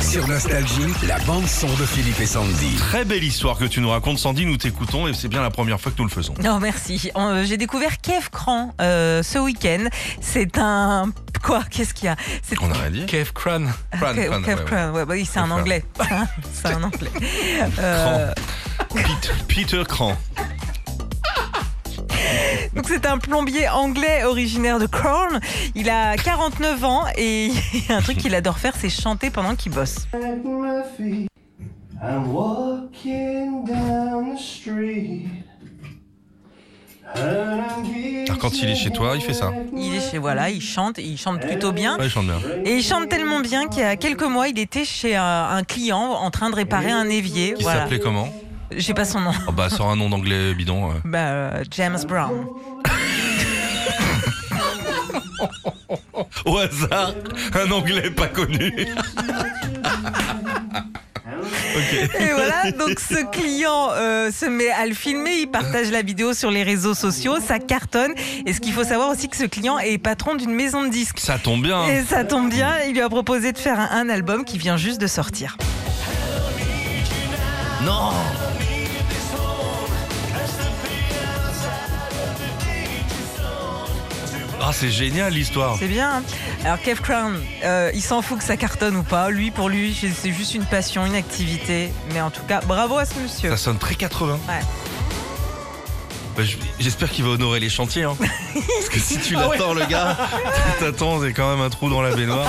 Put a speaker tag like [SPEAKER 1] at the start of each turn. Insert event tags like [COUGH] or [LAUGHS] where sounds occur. [SPEAKER 1] Sur Nostalgie, la bande-son de Philippe et Sandy.
[SPEAKER 2] Très belle histoire que tu nous racontes, Sandy. Nous t'écoutons et c'est bien la première fois que nous le faisons.
[SPEAKER 3] Non, merci. Euh, J'ai découvert Kev Cran euh, ce week-end. C'est un. Quoi Qu'est-ce qu'il y a C'est
[SPEAKER 2] On a rien dit.
[SPEAKER 4] Kev Cran.
[SPEAKER 2] Cran,
[SPEAKER 3] Kev-
[SPEAKER 2] Cran,
[SPEAKER 3] Kev
[SPEAKER 2] ouais,
[SPEAKER 3] Cran. Ouais, bah oui, c'est un
[SPEAKER 2] Cran.
[SPEAKER 3] anglais. [LAUGHS] c'est un anglais.
[SPEAKER 2] [LAUGHS]
[SPEAKER 3] Euh,
[SPEAKER 2] Pete- Peter Cran.
[SPEAKER 3] donc, c'est un plombier anglais originaire de Cran. Il a 49 ans et [LAUGHS] il y a un truc qu'il adore faire, c'est chanter pendant qu'il bosse.
[SPEAKER 5] at my feet. I'm walking down the street. And I'm
[SPEAKER 2] Alors, quand il est chez toi, il fait ça.
[SPEAKER 3] Il est chez. Voilà, il chante, il chante plutôt bien.
[SPEAKER 2] Ouais, il chante bien.
[SPEAKER 3] Et il chante tellement bien qu'il y a quelques mois, il était chez euh, un client en train de réparer un évier.
[SPEAKER 2] Qui
[SPEAKER 3] Voilà.
[SPEAKER 2] s'appelait comment
[SPEAKER 3] J'ai pas
[SPEAKER 2] [LAUGHS]
[SPEAKER 3] son nom.
[SPEAKER 2] Oh, Bah, sort un nom d'anglais bidon. euh.
[SPEAKER 3] Bah, euh, James Brown.
[SPEAKER 2] Au hasard, un anglais pas connu.
[SPEAKER 3] Et voilà, donc ce client euh, se met à le filmer, il partage la vidéo sur les réseaux sociaux, ça cartonne. Et ce qu'il faut savoir aussi, que ce client est patron d'une maison de disques.
[SPEAKER 2] Ça tombe bien.
[SPEAKER 3] Et ça tombe bien, il lui a proposé de faire un, un album qui vient juste de sortir.
[SPEAKER 2] Non Ah, c'est génial l'histoire.
[SPEAKER 3] C'est bien. hein Alors Kev Crown, euh, il s'en fout que ça cartonne ou pas. Lui, pour lui, c'est juste une passion, une activité. Mais en tout cas, bravo à ce monsieur.
[SPEAKER 2] Ça sonne très 80.
[SPEAKER 3] Ouais.
[SPEAKER 2] Bah, j- J'espère qu'il va honorer les chantiers. hein. Parce que si tu l'attends, le gars, t'attends, c'est quand même un trou dans la baignoire.